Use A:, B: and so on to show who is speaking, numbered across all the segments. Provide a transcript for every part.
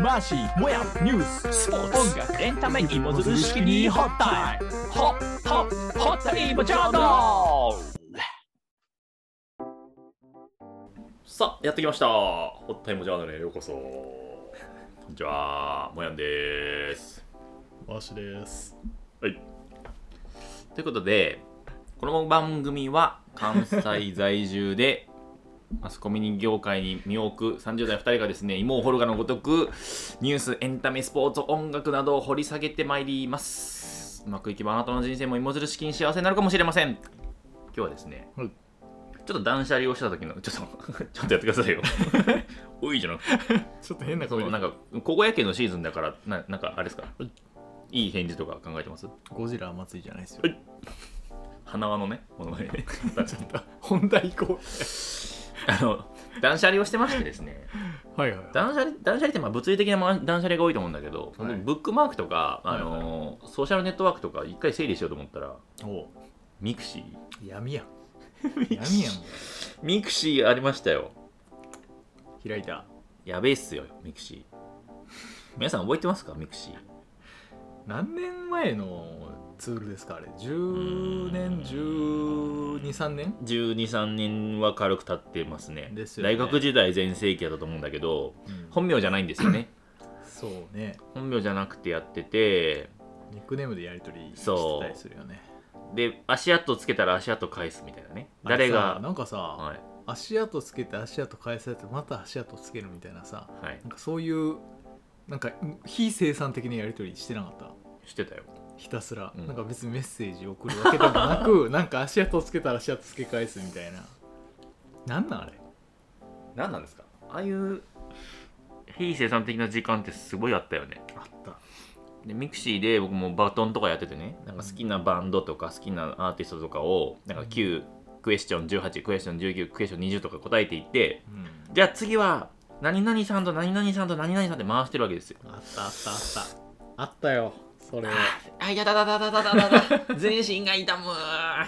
A: マシモヤニューススポーツ音楽エンタメ芋づる式にホッタイムホッホッホッタイムジャーナ
B: さあ、やってきました。ホットタイムジャーナルへようこそ。こんにちは、もやんです。
C: わしです。
B: はい。ということで、この番組は関西在住で、 マスコミ業界に身を置く30代2人がですね、芋を掘るがのごとく、ニュース、エンタメ、スポーツ、音楽などを掘り下げてまいります。うまくいけばあなたの人生も芋づる式に幸せになるかもしれません。今日はですね、
C: はい
B: ちょっと断捨離をした時の、ちょっと、 ちょっとやってくださ いよ。おいじゃなくて
C: ちょっと変な
B: そ
C: 声
B: うなんか高校野球のシーズンだからななんかあれですかいい返事とか考えてます
C: ゴジラは祭りじゃないですよ。
B: 花輪のねもの まね
C: ちょっと本題行こ
B: あ の断捨離をしてましてですね
C: う。はいはい。
B: 断捨離断捨離ってまあ物理的なま断捨離が多いと思うんだけど、
C: はい
B: ブックマークとか、あの
C: はい
B: ソーシャルネットワークとか一回整理しようと思ったら
C: お
B: ミクシー
C: 闇や ん。闇やん。
B: ミクシーありましたよ
C: 開いた。
B: やべえっすよミクシー皆さん覚えてますかミクシー
C: 何年前のツールですかあれ。10年、12、3年
B: 123年は軽く経ってますね
C: ですよね
B: 大学時代全盛期だったと思うんだけど本名じゃないんですよね
C: そうね。
B: 本名じゃなくてやってて
C: ニックネームでやりとりして
B: そう
C: たりするよね。
B: で足跡つけたら足跡返すみたいなね
C: あれ
B: 誰
C: さ
B: が
C: なんかさ、
B: はい
C: 足跡つけて足跡返されてまた足跡つけるみたいなさ、
B: はい
C: なんかそういう、なんか非生産的なやりとりしてなかった
B: してたよ
C: ひたすら、
B: うん
C: なんか別にメッセージ送るわけでもな くなんか足跡つけたら足跡つけ返すみたいななんなんあれ
B: 何なんですかああいう非生産的な時間ってすごいあったよね
C: あった
B: でミクシーで僕もバトンとかやっててねなんか好きなバンドとか好きなアーティストとかをなんか9クエスチョン18クエスチョン19クエスチョン20とか答えていって
C: うん
B: じゃあ次は何々さんと何々さんと何々さんって回してるわけですよ
C: あったあったあったあったよそれ
B: あやだだだだだだだだ全身が痛む
C: あ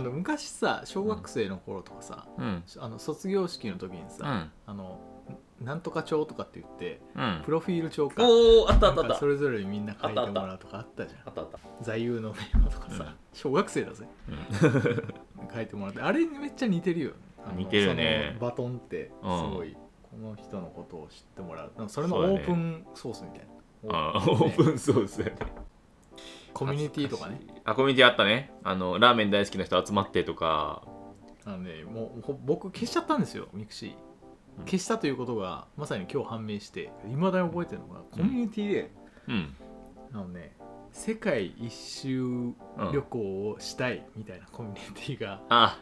C: の昔さ小学生の頃とかさ、
B: うん
C: あの卒業式の時にさ、
B: うん
C: あのんなんとか帳とかって言って
B: うん
C: プロフィール帳か
B: おおあったあっ
C: な
B: た
C: んか
B: あった
C: それぞれにみんな書いてもらうとかあったじゃ
B: あったあった
C: ん座右の銘ーとかさ、
B: うん
C: 小学生だぜ書いてもらってあれにめっちゃ似てるよねあの
B: 似てるね
C: そのバトンってすごい、この人のことを知ってもらうなんかそれの
B: そうだね
C: オープンソースみたいな、
B: あ
C: ね
B: オープンソースやね
C: コミュニティとかね
B: あコミュニティあったねあのラーメン大好きな人集まってとか
C: あのねもうほ僕消しちゃったんですよミクシ
B: う
C: ー
B: ん
C: 消したということがまさに今日判明していまだに覚えてるのがコミュニティで、
B: うん
C: あのね世界一周
B: うん
C: 旅行をしたいみたいなコミュニティが、
B: あ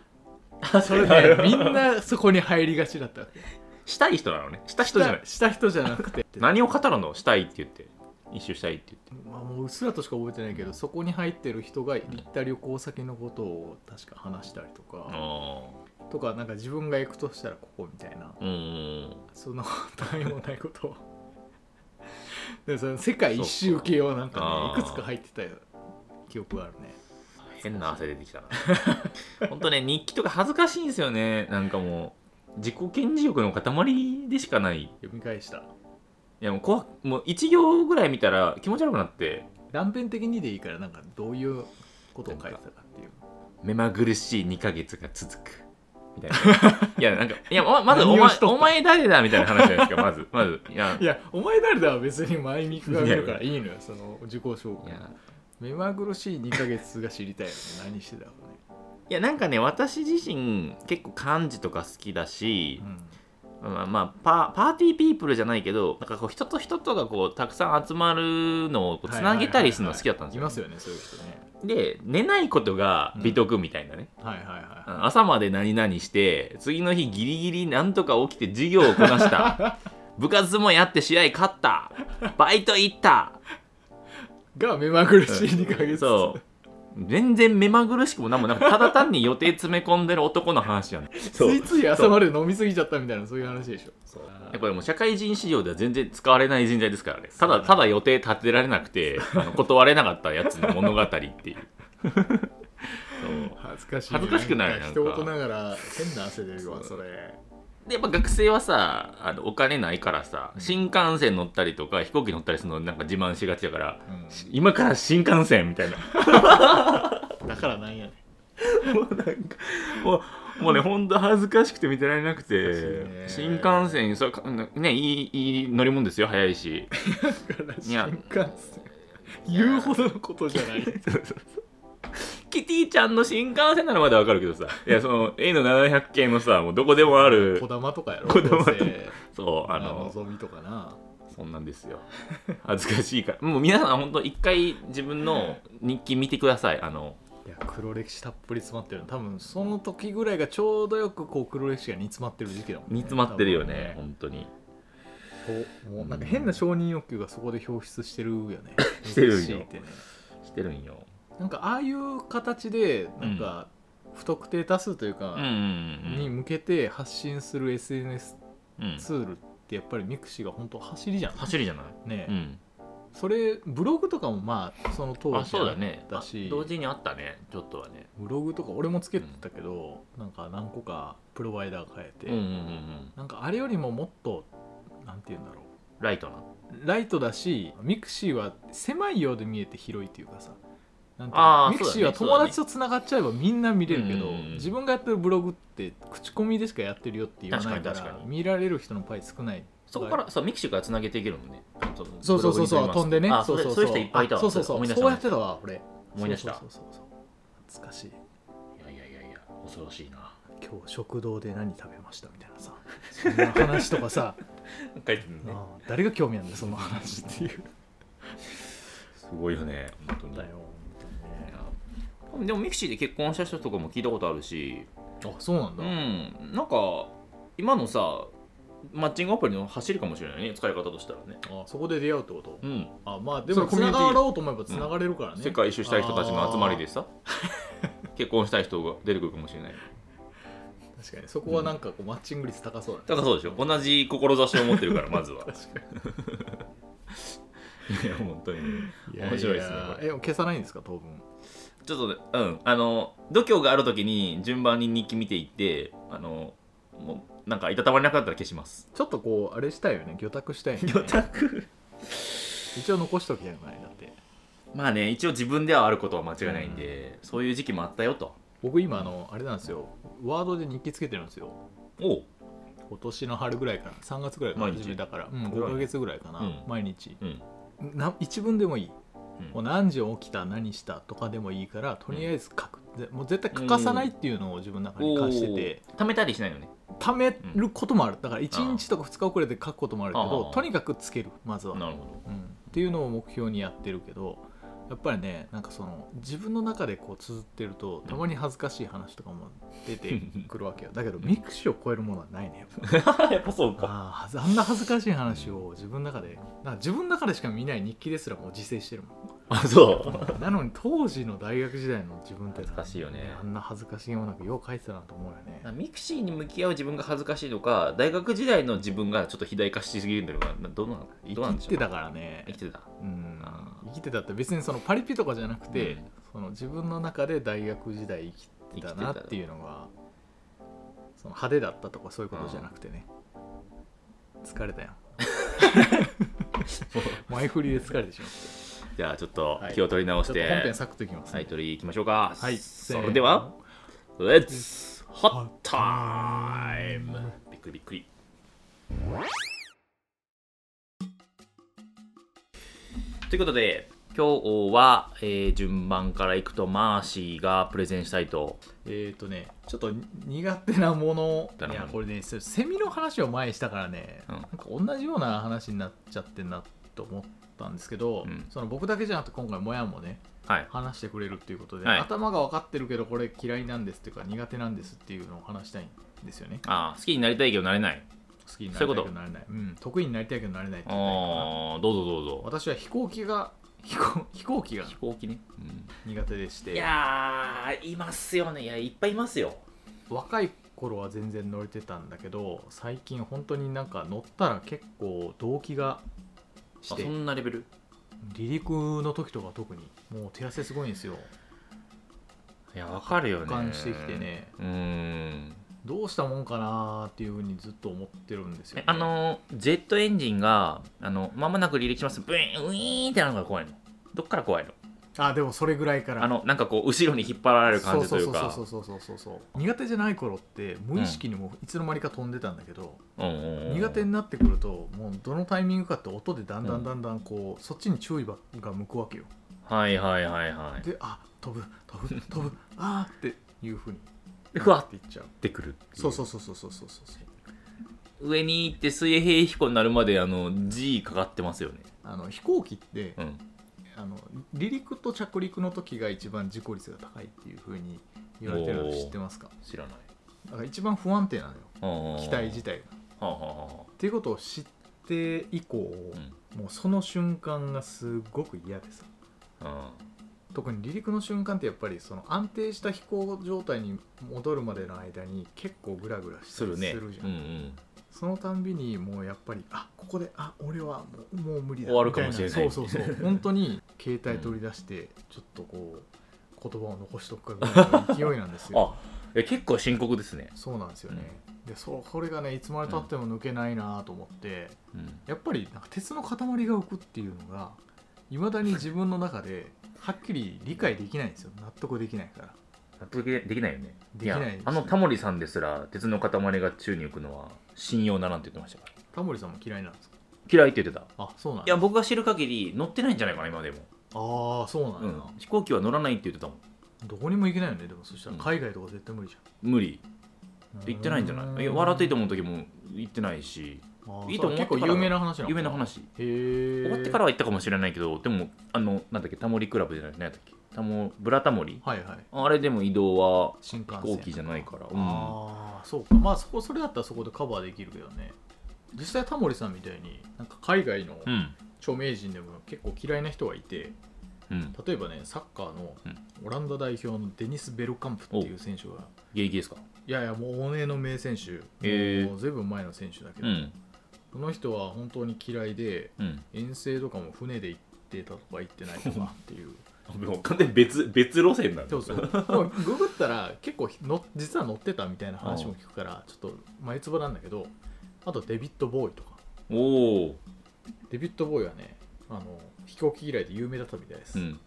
C: それで、 みんなそこに入りがちだった
B: したい人なのねした人じゃない
C: した人じゃなくて
B: 何を語るのしたいって言って一周したいって言って
C: まあ、もううっすらとしか覚えてないけどそこに入ってる人が行った旅行先のことを確か話したりとか、
B: あ
C: とかなんか自分が行くとしたらここみたいな
B: あうん
C: そんな たいもないことをでその世界一周系はなんか
B: そ
C: ね
B: う
C: い
B: か
C: くつか入ってた記憶があるね
B: 変な汗出てきた なほんとね日記とか恥ずかしいんですよねなんかもう自己顕示欲の塊でしかない
C: 読み返した
B: いやもう怖くもう1行ぐらい見たら気持ち悪くなって
C: 断片的にでいいからなんかどういうことを書いてたかっていう
B: 目まぐるしい2ヶ月が続くみたいな いやなんかいやままずお
C: 何
B: 前
C: をしとった
B: お前誰だみたいな話じゃないですかまずまず いや
C: いやお前誰だは別に前ミクが見るからいいのよその自己紹
B: い
C: 介
B: や
C: 目まぐるしい2ヶ月が知りたいよね何してたのね
B: いやなんかね私自身結構漢字とか好きだし、まあまあパパーティーピープルじゃないけどなんかこう人と人とがこうたくさん集まるのをこうつなげたりするの好きだったんですよ、
C: いますよねそういう人ね
B: で寝ないことが美徳みたいなね、
C: はいはいは
B: うん朝まで何々して次の日ギリギリなんとか起きて授業をこなした部活もやって試合勝ったバイト行った
C: いが目まぐるしい2ヶ月
B: そう全然目まぐるしくも何もなくただ単に予定詰め込んでる男の話やね
C: ついつい朝まで飲みすぎちゃったみたいなそういう話でしょ
B: でこれもう社会人市場では全然使われない人材ですからねただただ予定立てられなくてあの断れなかったやつの物語っていうそう
C: 恥ずかしい
B: 恥ずかしくない
C: ん
B: なん
C: か
B: か
C: 一言ながら変な汗出るわそれ
B: でやっぱ学生はさあのお金ないからさ新幹線乗ったりとか飛行機乗ったりするのなんか自慢しがちだからし今から新幹線みた いな
C: だからなんやねん
B: もうなんかもうもうねほんと恥ずかしくて見てられなく
C: 恥ず
B: て
C: かしい
B: 新
C: ね
B: 幹線それかねいいいい乗り物ですよ早いし い
C: 新
B: や
C: 幹線言うほどのことじゃ ない
B: キティちゃんの新幹線ならまだわかるけどさ いやその A の700系のさもうどこでもある
C: こだまとかやろ
B: こだまと
C: どうせ
B: そうあ
C: あ
B: の
C: のぞみとかな
B: そんなんですよ恥ずかしいからもう皆さん本当一回自分の日記見てくださいあの
C: いや黒歴史たっぷり詰まってるの多分その時ぐらいがちょうどよくこう黒歴史が煮詰まってる時期だもんね
B: 煮詰まってるよね本当に
C: 多分ねこうもうなんか変な承認欲求がそこで表出してるよね
B: してるんよ
C: 強いてね
B: してるんよ
C: なんかああいう形でなんか不特定多数という
B: うんう
C: か、に
B: ん
C: 向けて発信する SNS
B: うんうん
C: ツールってやっぱりミクシーが本当走りじゃん
B: 走りじゃない
C: ね、
B: うん
C: それブログとかもまあその当時
B: あそうだね
C: だし
B: あ同時にあったねちょっとはね
C: ブログとか俺もつけてたけど、なんか何個かプロバイダー変えて、
B: うんうんうんうん
C: なんかあれよりももっとなんて言うんだろ
B: ライトな
C: うライトだしミクシーは狭いようで見えて広いっていうかさなんていうの
B: あー
C: ミクシ
B: そう
C: ー
B: だ
C: は
B: ね
C: 友達とつながっちゃえばみんな見れるけど、
B: うんうんうん
C: 自分がやってるブログって口コミでしかやってるよって言わないから
B: 確かに確かに
C: 見られる人のパイ少ない
B: そこからそうミクシーからつなげていけるもんね
C: そうそうそうそう
B: ブロ
C: 飛ん
B: グ
C: で
B: に
C: ね
B: あ
C: そ
B: そうれ
C: そうそ
B: そ
C: うう
B: いう人いっぱいいたわ
C: そうそうそ
B: 思
C: う
B: い出し
C: そうやって
B: た
C: たわ俺
B: 思い出した
C: そうそうそうそう懐かしい
B: いやいやいやいや恐ろしいな
C: 今日食堂で何食べましたみたいなさそんな話とか さ、
B: 書いてるね
C: ああ誰が興味あるんだよその話っていう
B: すごいよね本当に
C: だよ
B: いやでもミクシーで結婚した人とかも聞いたことあるし
C: あそうなん
B: う
C: だ、
B: んなんか今のさマッチングアプリの走りかもしれないね使い方としたらね
C: あそこで出会うってこと、
B: うん
C: あまあで
B: そ
C: も
B: れコ
C: つ
B: ミ
C: な
B: ュニティ
C: がろうと思えばつながれるからね、
B: 世界一周したい人たちの集まりですさ結婚したい人が出てくるかもしれない
C: 確かにそこはなんかこうマッチング率高そうだね、
B: ただそうでしょ同じ志を持ってる からまずは
C: 確か
B: いや本当に
C: に
B: 面白いですね
C: やや
B: こ
C: え消さないんですか当分
B: ちょっとねうんあの度胸がある時に順番に日記見ていってあのもうなんかいたたまれなくなったら消し ます
C: ちょっとこうあれしたいよ ね魚拓したいよね
B: 託
C: 一応残しときゃよねだって
B: まあね一応自分ではあることは間違いないんで、そういう時期もあったよと
C: 僕今あのあれなんですよワードで日記つけてるんですよ
B: おう
C: 今年の春ぐらいから3月ぐらいから
B: 毎日
C: 始めたから、うん、
B: ぐらい
C: 5ヶ月ぐらいかな、
B: うん
C: 毎日
B: うん
C: な一文でもいい、
B: うん
C: もう何時起きた何したとかでもいいからとりあえず書く、ぜもう絶対欠かさないっていうのを自分の中に課してて、
B: おー貯めたりしないのね
C: 貯めることもあるだから1日とか2日遅れて書くこともあるけ
B: あ
C: ど
B: ー
C: とにかくつけるまずは、
B: なるほ
C: うんっていうのを目標にやってるけどやっぱりねなんかその自分の中でこう綴ってるとたまに恥ずかしい話とかも出てくるわ けよだけどミクシーを超えるものはないねやっぱ
B: ど やっぱそう
C: あーあんな恥ずかしい話を自分の中でなんか自分の中でしか見ない日記ですらもう自制してるも
B: あそ
C: んなのに当時の大学時代の自分って
B: 恥ずかしいよね
C: あんな恥ずかしげもなくよう書いてたなと思うよね
B: うミクシーに向き合う自分が恥ずかしいのか大学時代の自分がちょっと肥大化しすぎるんだけどなどうなのどうな
C: 生
B: んで
C: き
B: してょう
C: たからね
B: 生きてた
C: うん
B: あ
C: 生きてたって別にそのパリピとかじゃなくて、
B: うん
C: その自分の中で大学時代生きてたなっていうのがその派手だったとかそういうことじゃなくてね、疲れ たよ前振りで疲れてしまって
B: じゃあちょっと
C: はい
B: 気を取り直して、
C: ちょっと本編
B: タ
C: サクッといきます、
B: イトルいきましょうか
C: はい
B: それでは「Let's Hot Time」びっくりびっくりということで今日は、えー順番からいくとマーシーがプレゼンしたいと
C: えっ、ー、とねちょっと苦手なもの
B: だない
C: やこれねそうセミの話を前にしたからね、
B: うん
C: なんか同じような話になっちゃってんなと思ったんですけど、
B: うん
C: その僕だけじゃなくて今回もやんもね
B: はい
C: 話してくれるっていうことで、
B: はい
C: 頭が分かってるけどこれ嫌いなんですっていうか苦手なんですっていうのを話したいんですよね
B: あー好きになりたいけどなれない
C: 好きになりたい
B: そういう
C: けど
B: こと
C: なれないうん、得意になりたいけどなれないっていうか
B: あーどうぞどうぞ
C: 私は飛行機が 飛行飛行機が
B: 飛行機ね、
C: 苦手でして
B: いやーいますよねいやいっぱいいますよ
C: 若い頃は全然乗れてたんだけど最近本当になんか乗ったら結構動機がし
B: あ
C: て
B: そ
C: 離
B: んなレベル
C: 陸の時とか特にもう手汗すごいんですよ
B: いやわかるよね
C: 俯瞰してきてね
B: うーん
C: どうしたもんかなーっていうふうにずっと思ってるんですよ、ね
B: え、あのージェットエンジンがあのまもなく離陸しますブイーンウィーンってなるのが怖いのどっから怖いの
C: あでもそれぐらいから
B: あのなんかこう後ろに引っ張られる感じというか
C: そうそうそうそうそうそうそう苦手じゃない頃って無意識にもいつの間にか飛んでたんだけど、苦
B: 苦
C: 手になってくるともうどのタイミングかって音でだんだんだんだんこう、そっちに注意ばが向くわけよ
B: はいはいはいはい
C: であ飛ぶ飛ぶ飛 ぶあーっていうふうに
B: でふわっ
C: っていっちゃう
B: てくるってい
C: そうそうそうそうそうそうそう
B: 上に行って水平飛行になるまであの G かかってますよね
C: あの飛行機って、
B: うん
C: あの離陸と着陸の時が一番事故率が高いっていうふうに言われてるの知ってますか
B: 知らない
C: だから一番不安定なのよ機体自
B: 体
C: 体が
B: はあはあは
C: っていうことを知って以降、もうその瞬間がすごく嫌でさ
B: あ
C: 特に離陸の瞬間ってやっぱりその安定した飛行状態に戻るまでの間に結構グラグラし
B: す
C: たり
B: るね
C: するじゃん、
B: うんうん
C: そのたんびにもうやっぱりあここであ俺はもうもう無理だ
B: 終わるかもしれない
C: みたそうそうそう本当に携帯取り出してちょっとこう言葉を残しとくかぐらいの勢いなんですよ
B: あえ結構深刻ですね、
C: そうなんですよね、でそうこれがねいつまでたっても抜けないなと思って、
B: うん
C: やっぱりなんか鉄の塊が浮くっていうのがいまだに自分の中ではっきり理解できないんですよ納得できないから
B: 納得できないよね
C: できないですね
B: やあのタモリさんですら鉄の塊が宙に浮くのは信用ならんって言ってましたから
C: タモリさんも嫌いなんですか
B: 嫌いって言ってた
C: あそうなん
B: いや僕が知る限り乗ってないんじゃないかな今でも、
C: ああそうなん
B: う
C: だ、
B: ん、飛行機は乗らないって言ってたもん
C: どこにも行けないよねでもそしたら海外とか絶対無理じ
B: 無理
C: ゃん
B: 行ってないんじゃないいや
C: う
B: 笑っていいと思う時も行ってないし
C: あー
B: いいと思って
C: 結構
B: から
C: 有名な話なの
B: 有名な話
C: へえ
B: 終わってからは行ったかもしれないけどでもあのなんだっけタモリクラブじゃないなんだっけタモブラタモリ
C: はいはい
B: あれでも移動は
C: 新幹線
B: 飛行機じゃないからうん
C: ああそうかまあそこそれだったらそこでカバーできるけどね実際タモリさんみたいになんか海外の
B: うん
C: 著名人でも結構嫌いな人がいて、
B: うん
C: 例えばねサッカーの
B: うん
C: オランダ代表のデニス・ベルカンプっていう選手が
B: 現役ですか
C: いやいやもう往年の名選手、
B: へー
C: もうずいぶん前の選手だけ
B: う
C: ど、
B: ん
C: この人は本当に嫌いで
B: うん
C: 遠征とかも船で行ってたとか行ってないとかっていう
B: もう完全に別別路線なんだ
C: そうそう もうググったら結構の実は乗ってたみたいな話も聞くからちょっと前つばなんだけどあとデビッド・ボーイとか
B: おお
C: デビッド・ボーイはねあの飛行機嫌いで有名だったみたいです、
B: うん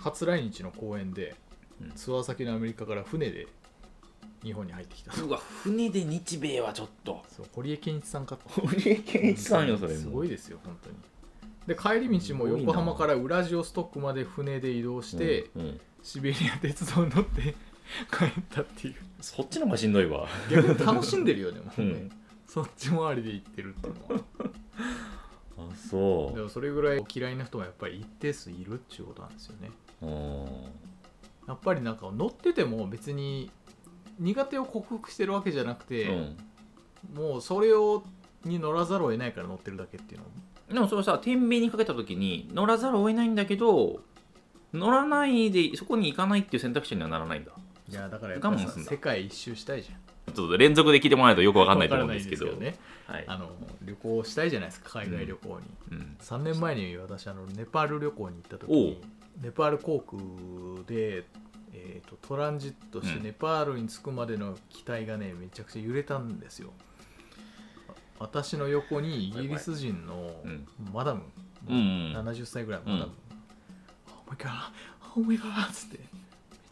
C: 初来日の公演で、
B: うん
C: ツアー先のアメリカから船で日本に入ってきた
B: うわ船で日米はちょっと
C: そう堀江謙一さんか
B: 堀江謙一さんよそれ
C: す
B: も
C: ごいですよ本当にで帰り道も横浜からウラジオストックまで船で移動して、
B: うんうん
C: シベリア鉄道に乗って帰ったっていう
B: そっちの方がしんどいわ
C: 逆に楽しんでるよねもうね、
B: うん
C: そっち回りで行ってるっていうのは
B: あそ
C: でもそれぐらい嫌いな人がやっぱり一定数いるっていうことなんですよね
B: ううん
C: やっぱりなんか乗ってても別に苦手を克服してるわけじゃなくて、
B: うん
C: もうそれをに乗らざるを得ないから乗ってるだけっていうの
B: でもそれさ天秤にかけた時に乗らざるを得ないんだけど乗らないでそこに行かないっていう選択肢にはならないんだ
C: いやだから
B: やっぱさ我慢すんだ
C: 世界一周したいじゃん
B: ちょっと連続で聞いてもらえないとよくわかんないと思うん
C: わ
B: で
C: か
B: す
C: ら
B: けど
C: ね
B: はい
C: あの旅行したいじゃないですか海外旅行に、
B: うん、
C: 3年前に私あのネパール旅行に行った時にネパール航空で、えー、とトランジットして
B: うん
C: ネパールに着くまでの機体がねめちゃくちゃ揺れたんですよあ私の横にイギリス人の
B: うん
C: マダム、
B: うんうん
C: 70歳ぐらいのマダム「お前かお前か」っつってめ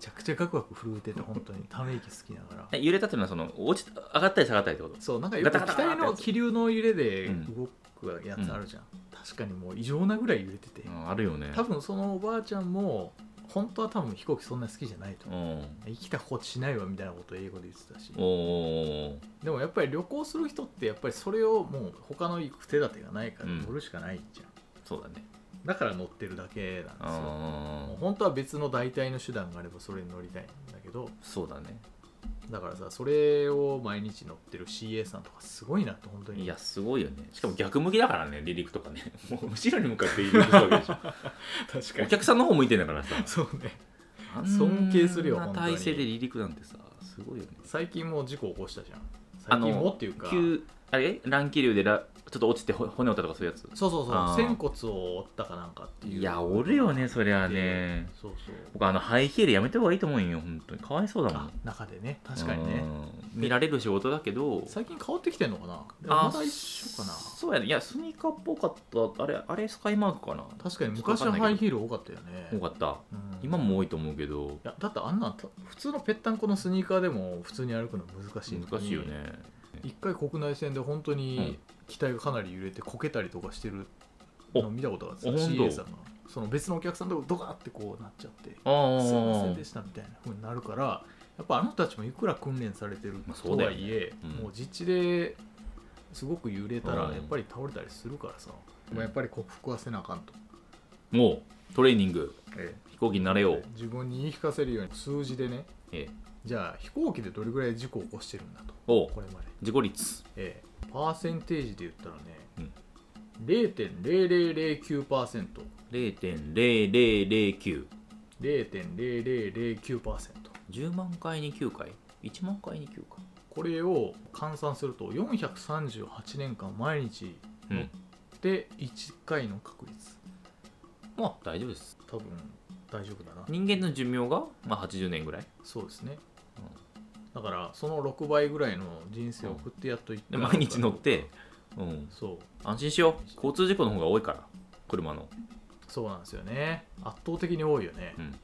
C: ちゃくちゃガクガク震えてて本当に ため息つきながら
B: え揺れたっていうのはその落ち上がったり下がったりってこと
C: そうなんかよく機体の気流の揺れで
B: うん
C: 動くやつあるじゃん、確かにもう異常なぐらい揺れてて、
B: うんあるよね
C: 多分そのおばあちゃんも本当は多分飛行機そんな好きじゃないと、
B: うん
C: 生きた心地しないわみたいなことを英語で言ってたし
B: おお
C: でもやっぱり旅行する人ってやっぱりそれをもう他の行く手立てがないから
B: うん
C: 乗るしかないじゃん、
B: そうだね
C: だから乗ってるだけなんですよ
B: あ
C: もう
B: あ
C: 本当は別の代替の手段があればそれに乗りたいんだけど
B: そうだね
C: だからさそれを毎日乗ってる CA さんとかすごいなって本当に
B: いやすごいよねしかも逆向きだからね離陸とかね もう後ろに向かって離陸するわけでしょ
C: 確
B: お客さんの方向いてんだからさ
C: そうね
B: あんな
C: 尊敬するよ本当に
B: 体勢で離陸なんてさすごいよね
C: 最近もう事故起こしたじゃん最
B: あの
C: 近もっていうか
B: 急あれ乱気流でらちょっと落ちてほ骨折ったとかそういうやつ
C: そうそうそう
B: あー
C: 仙骨を折ったかなんかっていう
B: いやおるよねそりゃね
C: そうそう
B: 僕あのハイヒールやめた方がいいと思うんよ本当にかわいそうだも
C: あ
B: ん
C: 中でね確かにね
B: うん見られる仕事だけど
C: 最近変わってきてんのかな
B: あ
C: まだ一緒かな
B: そうやねいやスニーカーっぽかったあれあれスカイマークかな
C: 確かに昔はハイヒール多かったよ
B: 多
C: ね
B: かった
C: うん
B: 今も多いと思うけど
C: いやだってあんなんた普通のぺったんこのスニーカーでも普通に歩くの難しいのに
B: 難しいよね
C: 一回国内線で本当に機体がかなり揺れてこけたりとかしてるのを見たことがあって
B: おほんと
C: CA さんがその別のお客さんのとこドカってこうなっちゃって
B: ああ
C: すいませんでしたみたいなふうになるからやっぱあの人たちもいくら訓練されてる
B: まあそ
C: と
B: うだよ
C: は
B: ね
C: いえ、
B: うん
C: もう実地ですごく揺れたら
B: うん
C: やっぱり倒れたりするからさ、
B: うん
C: まあやっぱり克服はせなあかんと、
B: もうトレーニング
C: え
B: 飛行機になれよう
C: え、自分に言い聞かせるように数字でね
B: ええ
C: じゃあ飛行機でどれぐらい事故を起こしてるんだと
B: おう
C: これまで、
B: 事故率
C: ええ、パーセンテージで言ったらね、
B: 0.0009
C: 0.0009%0.0009%。
B: 10万回に9回1万回に9回
C: これを換算すると438年間毎日
B: うん
C: 乗って1回の確率
B: まあ大丈夫です
C: 多分大丈夫だな
B: 人間の寿命が、まあ、80年ぐらい
C: そうですねだからその6倍ぐらいの人生を送ってやっといって
B: で毎日乗って、うん、
C: そう
B: 安心しよう交通事故の方が多いから車の
C: そうなんですよね圧倒的に多いよね、
B: うん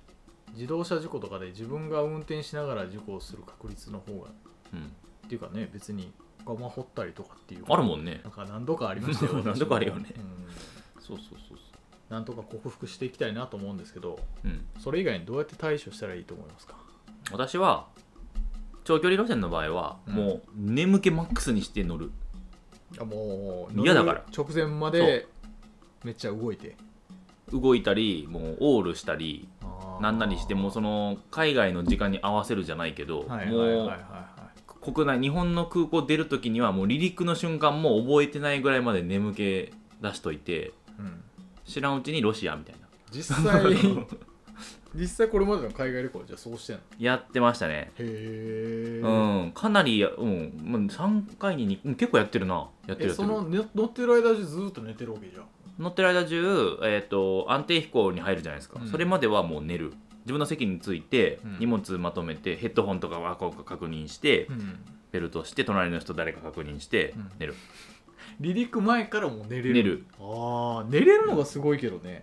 C: 自動車事故とかで自分が運転しながら事故をする確率の方が
B: うん
C: っていうかね別に釜掘ったりとかっていう
B: あるもんね
C: なんか何度かありましたよ
B: 何度かあるよね
C: 私もうん
B: そうそうそうそ
C: なんとか克服していきたいなと思うんですけど
B: う、うん、
C: それ以外にどうやって対処したらいいと思いますか
B: 私は長距離路線の場合は、
C: うん
B: もう眠気マックスにして乗る
C: あもう
B: 嫌だから
C: 乗る直前までめっちゃ動いて
B: 動いたりもうオールしたりなんなりしてもうその海外の時間に合わせるじゃないけど、
C: はいはいはい
B: も
C: はいう
B: 国内日本の空港出る時にはもう離陸の瞬間もう覚えてないぐらいまで眠気出しといて
C: うん
B: 知らんうちにロシアみたいな
C: 実際 実際これまでの海外旅行はじゃあそうしてんの
B: やってましたね
C: へえ、
B: うん、かなり、うん、まあ3回に2結構やってるなやっ
C: え
B: てるやって
C: そ
B: る
C: のね乗ってる間中ずーっと寝てるわけじゃん
B: 乗ってる間中、えー、と安定飛行に入るじゃないですか、
C: うん
B: それまではもう寝る自分の席に着いて、
C: うん
B: 荷物まとめてヘッドホンとかはこうか確認して、
C: うん
B: ベルトして隣の人誰か確認して
C: うん
B: 寝る、
C: 離陸前からもう寝れる
B: 寝る
C: ああ寝れるのがすごいけどね、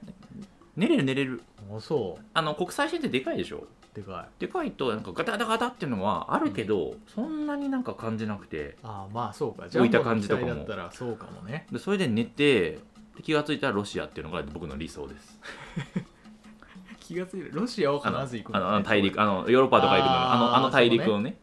B: 寝れる寝れる
C: あそ
B: あの国際線ってでかいでしょ
C: うでかい
B: でかいとなんかガタガタガタっていうのはあるけど、そんなになんか感じなくて
C: ああまあそうか
B: 浮いた感じとかも
C: ジャンボの機体だったらそうかもね
B: でそれで寝てで気がついたらロシアっていうのが僕の理想です
C: 気がついてロシアは
B: あの
C: 必ず行く
B: あのあの
C: の
B: 大陸あのヨーロッパとか行くのあ
C: あー
B: のあの
C: そこね
B: 大陸をね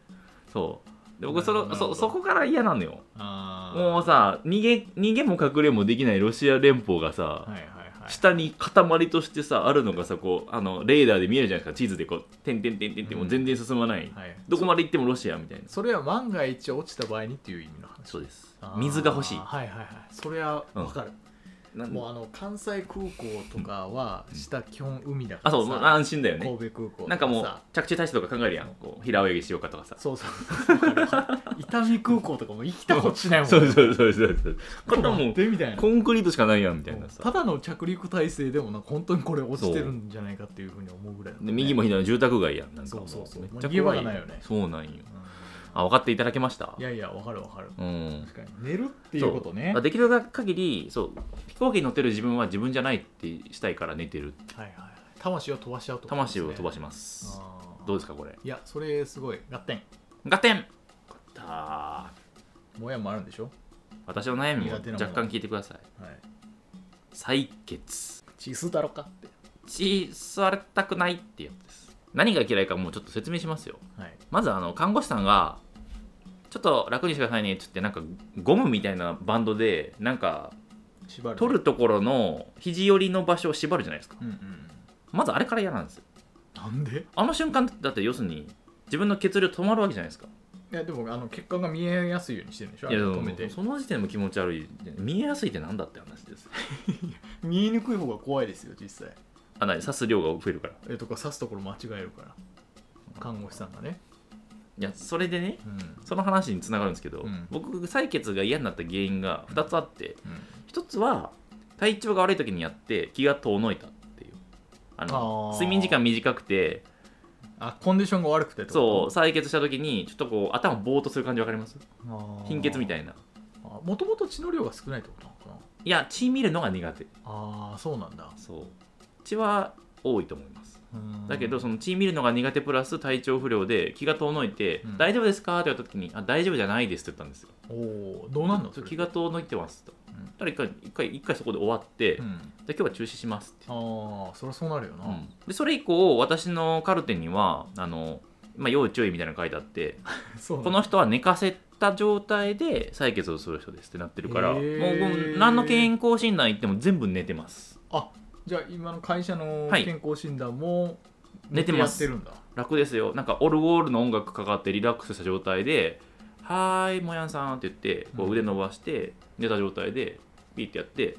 B: そうで僕そ
C: な
B: の
C: るほ
B: そ
C: ど
B: そこから嫌なのよ
C: あー
B: もうさ逃げ逃げも隠れもできないロシア連邦がさ、
C: はいはいはい
B: 下に塊としてさあるのがさこうあのレーダーで見えるじゃないですか地図でこう点点点点って
C: うん
B: もう全然進まない、
C: はい
B: どこまで行ってもロシアみたいな
C: それは万が一落ちた場合にっていう意味の話
B: そうです
C: あー
B: 水が欲しい
C: はいはいはいそれは分かる、
B: なん
C: もうあの関西空港とかは下基本海だか
B: あ
C: らさ、
B: そうまあ安心だよね
C: 神戸空港とさ
B: なんかもう着地体操とか考えるやんこう平泳ぎしようかとかさ
C: そう そう伊丹空港とかも行きたことしないもんね
B: そうそうそうそうそうこ
C: ちょっ
B: れ
C: と
B: は
C: 待
B: も
C: っ
B: う
C: てみたいな
B: コンクリートしかないやんみたいなさ
C: ただの着陸体制でもなんか本当にこれ落ちてるんじゃないかっていうふうに思うぐらいだね、
B: で右も左も住宅街やんなんかも
C: そうそうそう
B: めっ
C: もう
B: ちゃ
C: 逃げ場
B: 怖い
C: がないよね
B: そうなんよ
C: うん
B: あ分かっていただけました
C: いやいやわかるわかる
B: うん
C: 確かに寝るっていうことね
B: そうできる限りそう飛行機に乗ってる自分は自分じゃないってしたいから寝てる
C: はいはいはい魂を飛ばし合うと
B: 魂を飛ばし
C: ま
B: ますどうですかこれ
C: いやそれすごい合点
B: 合点よかった
C: もやもあるんでしょ、
B: 私の悩み
C: 苦
B: を
C: 手なもの
B: 若干聞いてください
C: はい、
B: 採血
C: 血吸うだろかって
B: 血吸われたくないってやつです何が嫌いかもうちょっと説明しますよ
C: はい
B: まずあの看護師さんが「ちょっと楽にしてくださいね」っつってなんかゴムみたいなバンドでなんか
C: 縛る
B: 取るところの肘寄りの場所を縛るじゃないですか
C: うんうん
B: まずあれから嫌なんですよ
C: なんで
B: あの瞬間だって要するに自分の血流止まるわけじゃないですか
C: いやでもあの血管が見えやすいようにしてるんでしょ
B: いや
C: あ
B: で
C: れ
B: も
C: 止めて
B: その時点でも気持ち悪い見えやすいってなんだって話です
C: 見えにくい方が怖いですよ実際
B: あなに刺す量が増えるから
C: えとか刺すところ間違えるから看護師さんがね
B: いやそれでね
C: うん
B: その話につながるんですけど、
C: うん
B: 僕採血が嫌になった原因が2つあって
C: うん
B: 1つは体調が悪い時にやって気が遠のいたっていうあの
C: あー
B: 睡眠時間短くて
C: あコンディションが悪くてって
B: そ
C: こ
B: う採血した時にちょっとこう頭ボーっとする感じわかります
C: とあー
B: 貧血みたいな
C: あもともと血の量が少ないってことなのかない
B: や血見るのが苦手
C: ああそうなんだ
B: そう血は多いと思います
C: うん
B: だけどその血見るのが苦手プラス体調不良で気が遠のいて
C: う
B: 「
C: ん
B: 大丈夫ですか?」って言われた時に「あ大丈夫じゃないです」って言ったんですよ
C: おおどうなんのそれ
B: 気が遠のいてますと、
C: うん
B: だから一回一回一回そこで終わって、
C: う
B: で
C: ん
B: 今日は中止しますって、
C: ああそりゃそうなるよな、
B: うんでそれ以降私のカルテにはあの、まあ、要注意みたいなの書いてあって
C: そう
B: この人は寝かせた状態で採血をする人ですってなってるから
C: へ
B: もう
C: ー
B: もう何の健康診断行っても全部寝てます
C: あじゃあ今の会社の
B: はい
C: 健康診断も
B: 寝てます
C: やってるんだ
B: 楽ですよなんかオルゴールの音楽かかってリラックスした状態で「はーいもやんさん」って言ってこ
C: う
B: うん腕伸ばして寝た状態でピッてやって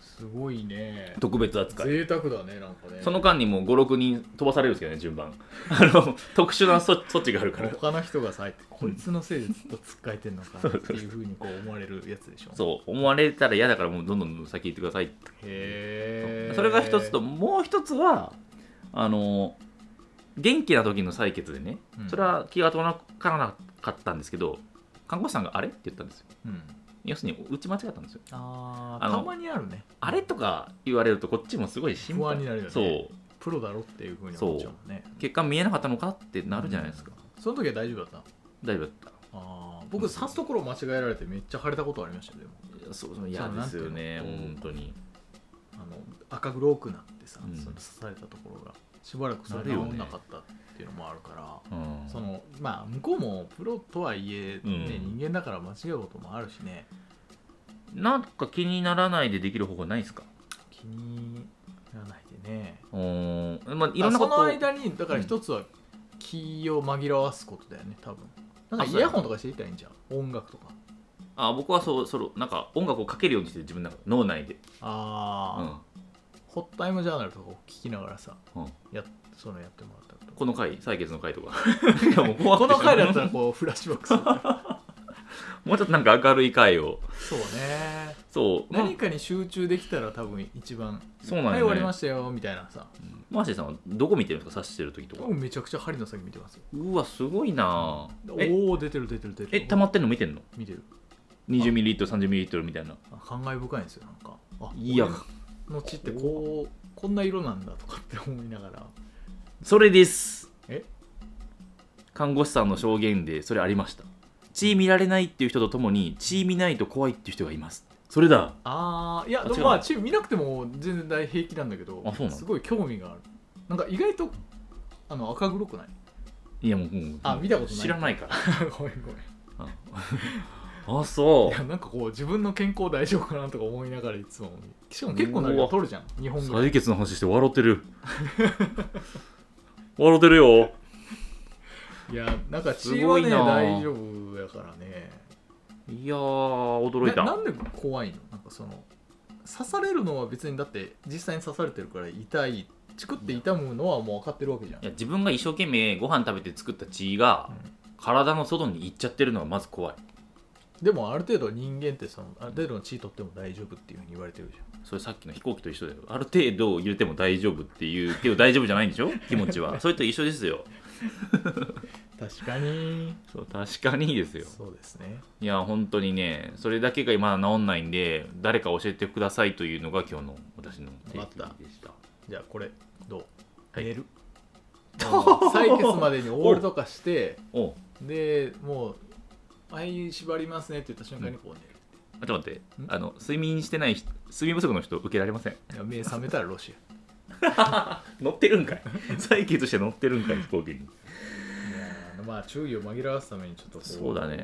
C: すごいね
B: 特別扱い
C: 贅沢だねなんかね
B: その間にもう56人飛ばされるんですけどね順番 あの特殊な措措置があるから
C: 他の人がさこいつのせいでずっとつっかえてんのかなっていうふうにこう思われるやつでしょ
B: そう思われたら嫌だからもうどんどんどんどん先行ってくださいって
C: へえ
B: それが一つともう一つはあの元気な時の採血でね、
C: うん
B: それは気が遠のからなかったんですけど看護師さんが「あれ?」って言ったんですよ
C: うん
B: 要するに打ち間違ったんですよ
C: あ
B: あ
C: あ
B: の
C: たまにあるね
B: あれとか言われるとこっちもすごい心配
C: 不安になるよね
B: そう
C: プロだろっていうふうに思っちゃうもんね
B: 結果見えなかったのかってなるじゃないですか、
C: その時は大丈夫だった
B: 大丈夫だっ
C: あー僕刺すところ間違えられてめっちゃ腫れたことありましたよでも
B: たいやそうそう嫌ですよね
C: そうなんていうの
B: 本当に
C: あの赤黒くなってさ、
B: うん
C: その刺されたところがしばらくそれ
B: なる
C: 治
B: よね
C: んなかったっていうのもあるから
B: うん
C: そのまあ向こうもプロとはいえ、ね
B: うん
C: 人間だから間違うこともあるしね
B: なんか気にならないでできる方法ないですか
C: 気にならないでね
B: うーんまあいろんなこと
C: あその間にだから一つは気を紛らわすことだよね多分なんかイヤホンとかしていったらいいんじゃん音楽とか
B: あ僕はそうそのなんか音楽をかけるようにして自分の中で脳内で、う
C: ああ、
B: ん
C: ホットタイムジャーナルとかを聞きながらさ
B: うん
C: やっそのやってもらったらと
B: この回採血の回 とかいやもう怖く
C: こ
B: て
C: の回だったらこうフラッシュバックす る
B: もうちょっとなんか明るい回を
C: そうね
B: そう、まあ
C: 何かに集中できたら多分一番
B: そうな
C: は
B: ん
C: い
B: で
C: 終わ
B: す
C: り
B: ね
C: ましたよみたいなさ
B: マーシーさんはどこ見てるんですか刺してる時とか
C: 僕めちゃくちゃ針の先見てますよ
B: うわすごいなあえ
C: おお出てる出てる出て
B: え
C: る
B: 溜まってんの見てんの
C: 見てる
B: 20ml、30ml みたいな。
C: あ感慨深いんですよなんかあ
B: いや、
C: 俺の血ってこうこんな色なんだとかって思いながら
B: それです。
C: え
B: 看護師さんの証言でそれありました。血見られないっていう人とともに、血見ないと怖いっていう人がいます。それだ。
C: ああいや
B: あ
C: で
B: 違う
C: もまあチーム見なくても全然大平気なんだけど
B: あそうなの
C: すごい興味があるなんか意外とあの赤黒くない
B: いやもう、もう
C: あ見たことない
B: 知ら ないから。
C: ごめんごめん
B: あ、そ
C: いやなんかこう自分の健康大丈夫かなとか思いながらいつもしかも結構な量取るじゃん日
B: う。
C: 本ぐらい
B: 採血の話して笑ってる。 笑ってるよ。
C: いやなんか
B: す
C: 血
B: ご
C: はいね
B: な
C: 大丈夫やからね
B: いやー、驚い
C: なな
B: た。
C: んで怖いのなんかその刺されるのは別にだって実際に刺されてるから痛いチクって痛むのはもう分かってるわけじゃん
B: いや自分が一生懸命ご飯食べて作った血が体の外に行っちゃってるのがまず怖い
C: でもある程度人間ってそのある程度の血取っても大丈夫っていうふうに言われてるじゃん
B: それさっきの飛行機と一緒だよある程度入れても大丈夫っていうけど大丈夫じゃないんで しょ気持ちはそれと一緒ですよ
C: 確かに
B: そう確かにですよ
C: そうですね
B: いや本当にねそれだけが今治んないんで誰か教えてくださいというのが今日の私の提
C: わか
B: 起
C: っ
B: でした
C: じゃあこれどう、
B: はい
C: 寝る採血までにオールとか して
B: おう
C: でもう「はい縛りますね」って言った瞬間にこう寝る、
B: あちょっと待って
C: ん
B: あの睡眠してない人睡眠不足の人受けられません
C: いや目覚めたらロシア
B: 乗ってるんか い採血して乗ってるんかい飛行機に
C: いやーまあ注意を紛らわすためにちょっとこ
B: そうだね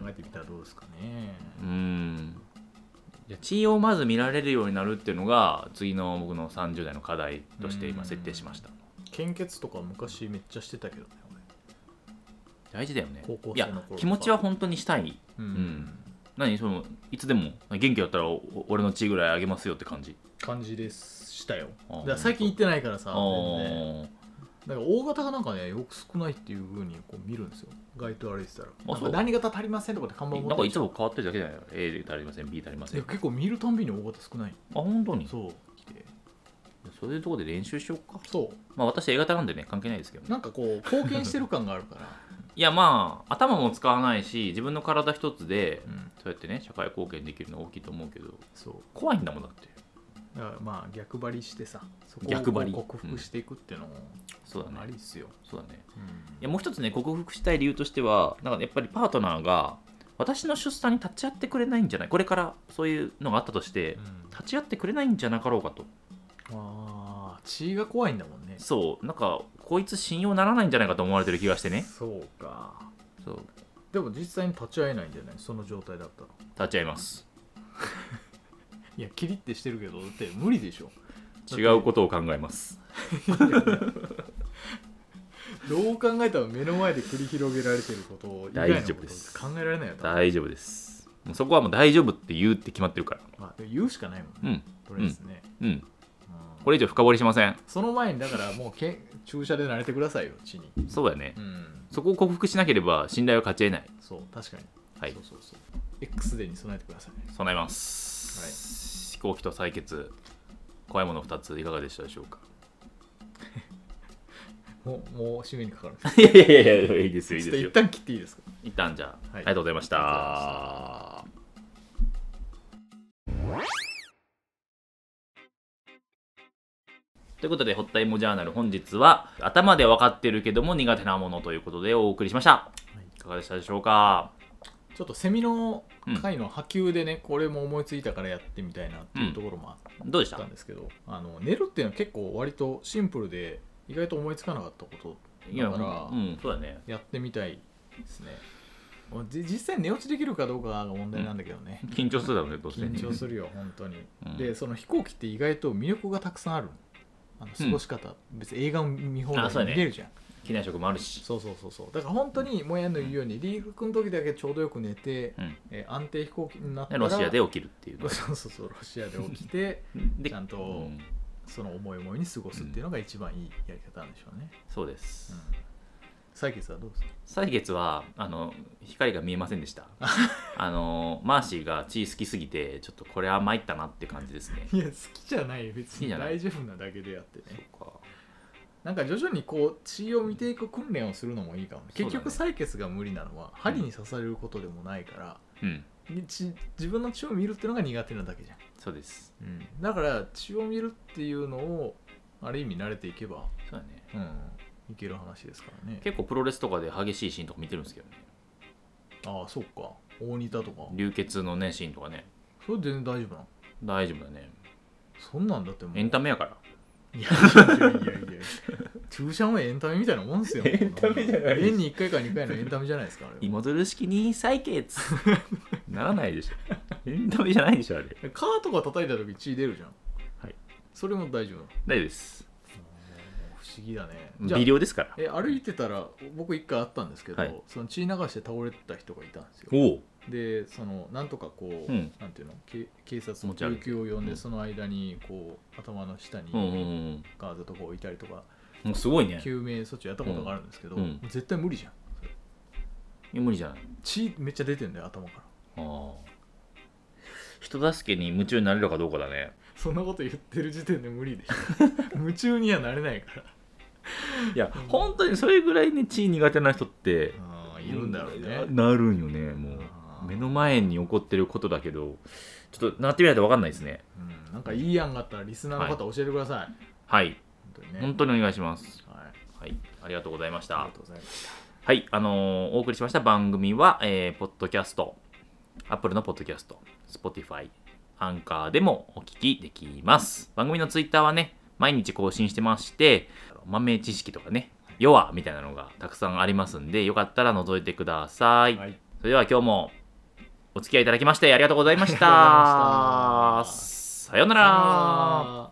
C: 考えてみたらどうですかね
B: うんいや血をまず見られるようになるっていうのが次の僕の30代の課題として今設定しました
C: 献血とか昔めっちゃしてたけどね
B: 大事だよね
C: 高校
B: い
C: 生
B: や
C: の頃とか
B: 気持ちは本当にしたい
C: 俺うん
B: ん何そのいつでも元気だったらおお俺の血ぐらいあげますよって感じ
C: 感じですしたよ
B: あ
C: だから最近行ってないからさ
B: あ
C: 全然
B: ー
C: だから大型がなんかねよく少ないっていうふうにこう見るんですよ街頭歩いてたらなん
B: そう
C: か何型足りませんとかって看板持って
B: なんかいつも変わってるだけじゃないの A 足りません B 足りま
C: い
B: せん
C: や
B: あ
C: 結構見るたんびに大型少ない
B: 本当にそ
C: そう来て
B: ういうところで練習しようか
C: そ
B: まあ私 A 型なんでね関係ないですけど
C: う
B: ね
C: なんかこう貢献してる感があるから、
B: いやまあ頭も使わないし自分の体一つで
C: うん、
B: そうやってね社会貢献できるのは大きいと思うけど
C: そう
B: 怖いんだもんだって
C: だからまあ逆張りしてさそこを
B: 逆張り
C: こう克服していくっていうのも
B: そうだ
C: あ
B: ね
C: りっすよ、
B: そうだね
C: うん
B: いやもう一つね克服したい理由としてはなんかやっぱりパートナーが私の出産に立ち会ってくれないんじゃないこれからそういうのがあったとして
C: うん
B: 立ち会ってくれないんじゃなかろうかと
C: ああ血が怖いんだもんね
B: そうなんかこいつ信用ならないんじゃないかと思われてる気がしてね
C: そうか
B: そう
C: でも実際に立ち会えないんじゃないその状態だったら
B: 立ち会います
C: いやキリってしてるけどだって無理でしょ
B: 違うことを考えます
C: どう考えたら目の前で繰り広げられてることを以外の
B: 大
C: こ
B: 丈
C: と
B: 夫です
C: 考えられないよ多分
B: 大丈夫ですもうそこはもう大丈夫って言うって決まってるから
C: まあ、でも言うしかないもんね、
B: う
C: と
B: ん
C: りあえずね、
B: うん
C: うん
B: これ以上深掘りしません
C: その前にだからもうけ注射で慣れてくださいよ血に
B: そうだね
C: うん
B: そこを克服しなければ信頼は勝ち得ない
C: そう確かに
B: はい
C: そうそうそう X デーに備えてください
B: 備えます、飛行機と採血怖いもの2ついかがでしたでしょうか
C: もうもう締めにかかるんです
B: いやいやいやいやいいですよいい
C: ちょっと一
B: ですよ
C: 旦切っていいですか
B: 一旦じゃあ、
C: はい
B: ありがとうございまし
C: ありがとうご
B: たということで、ホッタイモジャーナル、本日は、頭で分かってるけども苦手なものということでお送りしました。いかがでしたでしょうか
C: ちょっとセミの回の波及でね、これも思いついたからやってみたいなっていうところもあ
B: どうでし
C: ったたんですけど、あの寝るっていうのは結構割とシンプルで意外と思いつかなかったこと
B: いや、
C: だから
B: うん、そうだね。
C: やってみたいですねもうじ実際寝落ちできるかどうかが問題なんだけどね、
B: 緊張するだろうね、どうせね。
C: 緊張するよ本当に、
B: うん
C: でその飛行機って意外と魅力がたくさんあるあの過ごし方、別に映画を見放
B: あそ
C: 題
B: うだね
C: 見れるじゃん
B: 機内食もあるし。
C: そうそうそうそうだから本当にもやの言うようにリーグ君の時だけちょうどよく寝て、
B: うん
C: えー安定飛行機になった
B: で
C: ら
B: ロシアで起きるっていう
C: ロそうそうそうロシアで起き て
B: で
C: ちゃんと
B: うん
C: その思い思いに過ごすっていうのが一番いいやり方なんでしょうね、
B: そうです、
C: うん、採血はどうですか
B: 採月はあの光が見えませんでした あのマーシーが血好きすぎてちょっとこれは参ったなって感じですね
C: いや好きじゃないよ別
B: 好き
C: に
B: じゃない
C: 大丈夫なだけでやってね
B: そうか
C: なんか徐々にこう血を見ていく訓練をするのもいいかもね
B: そうだ
C: 結
B: ね
C: 局採血が無理なのは針に刺されることでもないから、
B: うん
C: 血自分の血を見るっていうのが苦手なだけじゃん
B: そうです
C: だから血を見るっていうのをある意味慣れていけば、
B: そうだね
C: いける話ですからね
B: 結構プロレスとかで激しいシーンとか見てるんですけどね
C: ああそうか大仁田とか
B: 流血のねシーンとかね
C: それ全然大丈夫なの
B: 大丈夫だね
C: そんなんだってもう
B: エンタメやから
C: いやいやいやいやいや注射もエンタメみたいなもんですよ
B: エンタメじゃないです
C: 年に1回か2回のエンタメじゃないですかあれは
B: 芋づる式に採血 ならないでしょエンタメじゃないでしょあれ
C: カーとか叩いた時血出るじゃん
B: はい
C: それも大丈夫なの
B: 大丈夫です
C: 不思議だねじゃあ
B: 微量ですから
C: え歩いてたら僕一回あったんですけど、
B: はい
C: その血流して倒れてた人がいたんですよ
B: おお
C: でそのなんとかこう、
B: うん
C: なんていうのけ警察
B: 持
C: も
B: ち上げ
C: 救
B: て
C: 急を呼んで、
B: うん
C: その間にこう頭の下
B: うんうんう
C: に
B: ん
C: ガードとか置いたりとか、
B: もうすごいね
C: 救命措置やったことがあるんですけど、
B: うんうん
C: もう絶対無理じゃん
B: 無理じゃない
C: 血めっちゃ出てんだよ頭から
B: ああ人助けに夢中になれるかどうかだね
C: そんなこと言ってる時点で無 理でしょ夢中にはなれないから
B: いや本当にそれぐらいね血苦手な人って
C: あーいるんだろうね、
B: ななるんよねもう
C: あー
B: 目の前に起こってることだけどちょっとなってみないと分かんないですね
C: うん、なんかいい案があったらリスナーの方教えてください、
B: はい
C: 本当にね、
B: 本当にお願いします
C: はい、
B: はいありがとうございまし
C: ありがと
B: た
C: うございます
B: はいあのーお送りしました番組は、えーポッドキャストアップルのポッドキャスト Spotify アンカーでもお聞きできます番組のツイッターはね毎日更新してまして豆知識とかね弱みたいなのがたくさんありますんでよかったら覗いてください、
C: はい
B: それでは今日もお付き合いいただきましてありがとうございました
C: ありがとうございました
B: さようなら
C: あー